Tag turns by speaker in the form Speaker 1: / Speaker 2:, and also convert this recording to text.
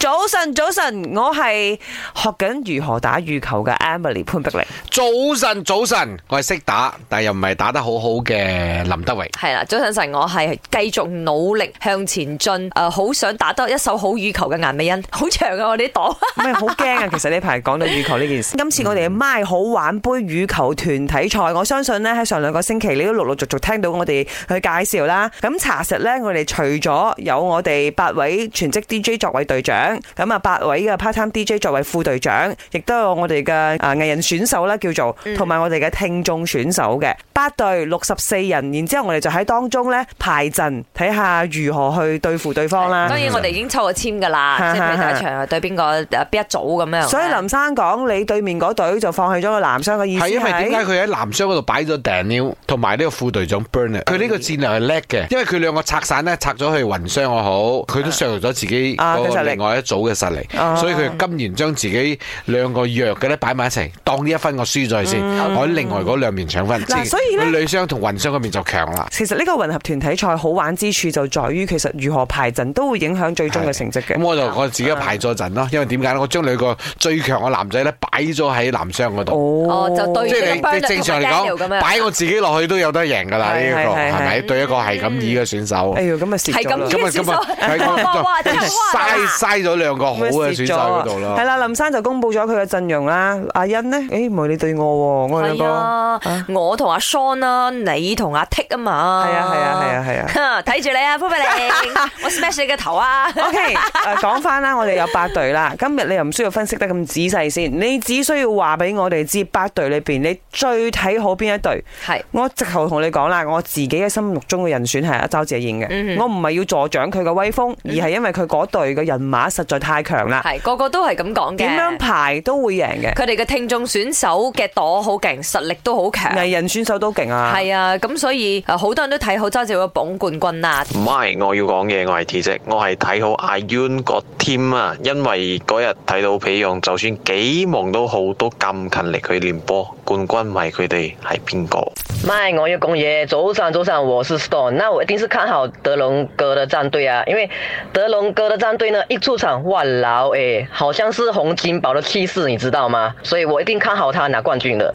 Speaker 1: 早晨，早晨，我係學緊如何打羽球嘅 Emily 潘碧玲。
Speaker 2: 早晨，早晨，我系识打，但又唔系打得好好嘅林德荣。
Speaker 3: 系啦，早晨晨，我係繼續努力向前進，诶、好想打得一手好羽球嘅顏美欣， 好長啊！我哋啲檔，
Speaker 1: 唔係好驚啊！其實呢排講到羽球呢件事，今次我哋嘅 My 好玩杯羽球團體賽，我相信呢，喺上兩個星期你都陸陸續續聽到我哋去介紹啦。咁查實呢，我哋除咗有我哋八位全職 DJ 作為隊長，咁啊八位嘅 part time DJ 作為副隊長，亦都有我哋嘅啊藝人選手啦，叫做同埋我哋嘅聽眾選手嘅八隊六十四人，然之後我哋就喺當中呢排陣，睇下如何去對付對方啦。
Speaker 3: 當然我哋已經抽咗簽㗎啦，
Speaker 1: 嗯
Speaker 3: 即係譬如第一場對邊個诶边一組咁樣。
Speaker 2: 哦
Speaker 3: 啊
Speaker 1: 所以林生講你對面嗰隊就放棄咗個男雙嘅意思
Speaker 2: 系因為點解佢喺男雙嗰度擺咗 Daniel 同埋呢個副隊長 Bernard，佢
Speaker 1: 哎
Speaker 2: 呢個戰略係叻嘅，因為佢兩個拆散咧，拆咗去雲雙又好，佢都削弱咗自己
Speaker 1: 啊佢
Speaker 2: 嗰
Speaker 1: 實
Speaker 2: 個
Speaker 1: 力
Speaker 2: 另外一組嘅實力，
Speaker 1: 啊
Speaker 2: 所以佢今然將自己兩個弱嘅咧擺埋一齊，當呢一分我輸咗佢先，我喺另外嗰兩面搶分。
Speaker 1: 嗯嗱所以呢
Speaker 2: 佢女雙同雲雙嗰邊就強啦。
Speaker 1: 其實呢個混合團體賽好玩之處就在於，其實如何排陣都會影響最終嘅成績
Speaker 2: 咁
Speaker 1: 嘅。
Speaker 2: 我就我自己排咗陣咯，因為點解咧？我將兩個最強嘅男仔咧擺咗喺男雙嗰度。
Speaker 1: 哦
Speaker 3: 哦就對
Speaker 2: 即係你你正常嚟講，擺我自己落去都有得贏㗎啦，
Speaker 1: 係
Speaker 2: 呢一個
Speaker 1: 係係
Speaker 2: 係咪？
Speaker 1: 係
Speaker 2: 對一個係咁易嘅選手，
Speaker 1: 哎呦，咁啊蝕
Speaker 3: 係
Speaker 1: 咗
Speaker 3: 咁
Speaker 1: 啦
Speaker 3: 呢個
Speaker 2: 咁啊咁
Speaker 3: 選手
Speaker 2: 啊，係
Speaker 3: 哇哇真係哇
Speaker 2: 嘥嘥咗兩個好嘅選手嗰度
Speaker 1: 係
Speaker 2: 啦。
Speaker 1: 啦，林生就公布咗佢嘅陣容啦。阿欣呢？誒唔係你對我喎，我哋兩
Speaker 3: 係
Speaker 1: 個。係
Speaker 3: 啊，我同阿 Sean 啦，你同阿 Tick 啊嘛。
Speaker 1: 啊，係啊，係啊，係啊。
Speaker 3: 啊， 睇住你啊，潘碧玲， 我 smash 你嘅頭啊！
Speaker 1: O K，誒講翻啦，我哋有八隊啦。今日你又唔需要分析得咁仔細先，你只需要話俾我哋知八隊裏邊你最睇好邊一隊。
Speaker 3: 係
Speaker 1: 我直頭同你講啦，我自己嘅心目中嘅人選係阿周謝燕嘅，
Speaker 3: 嗯
Speaker 1: 我唔係要助長佢嘅威風，而係因為佢嗰隊嘅人馬實在太強啦，
Speaker 3: 係個個都係咁講嘅。
Speaker 1: 點樣排都會贏嘅，
Speaker 3: 佢哋嘅聽眾選手嘅朵好勁，實力都好強。
Speaker 1: 藝人選手都勁啊！
Speaker 3: 係啊，咁所以呃好多人都睇好周志偉捧冠軍啦。
Speaker 4: 唔係，我要講嘢，我係 T 啫，我係睇好阿 Yun 個 team 啊，因為嗰日睇到皮勇，就算幾忙都好，都咁勤力去練波，冠軍咪佢哋係邊個？
Speaker 5: 麦，我有公爷，早上早上，我是 Stone，那我一定是看好德龙哥的战队啊，因为德龙哥的战队呢，一出场，哇劳诶，好像是洪金宝的气势，你知道吗？所以我一定看好他拿冠军的。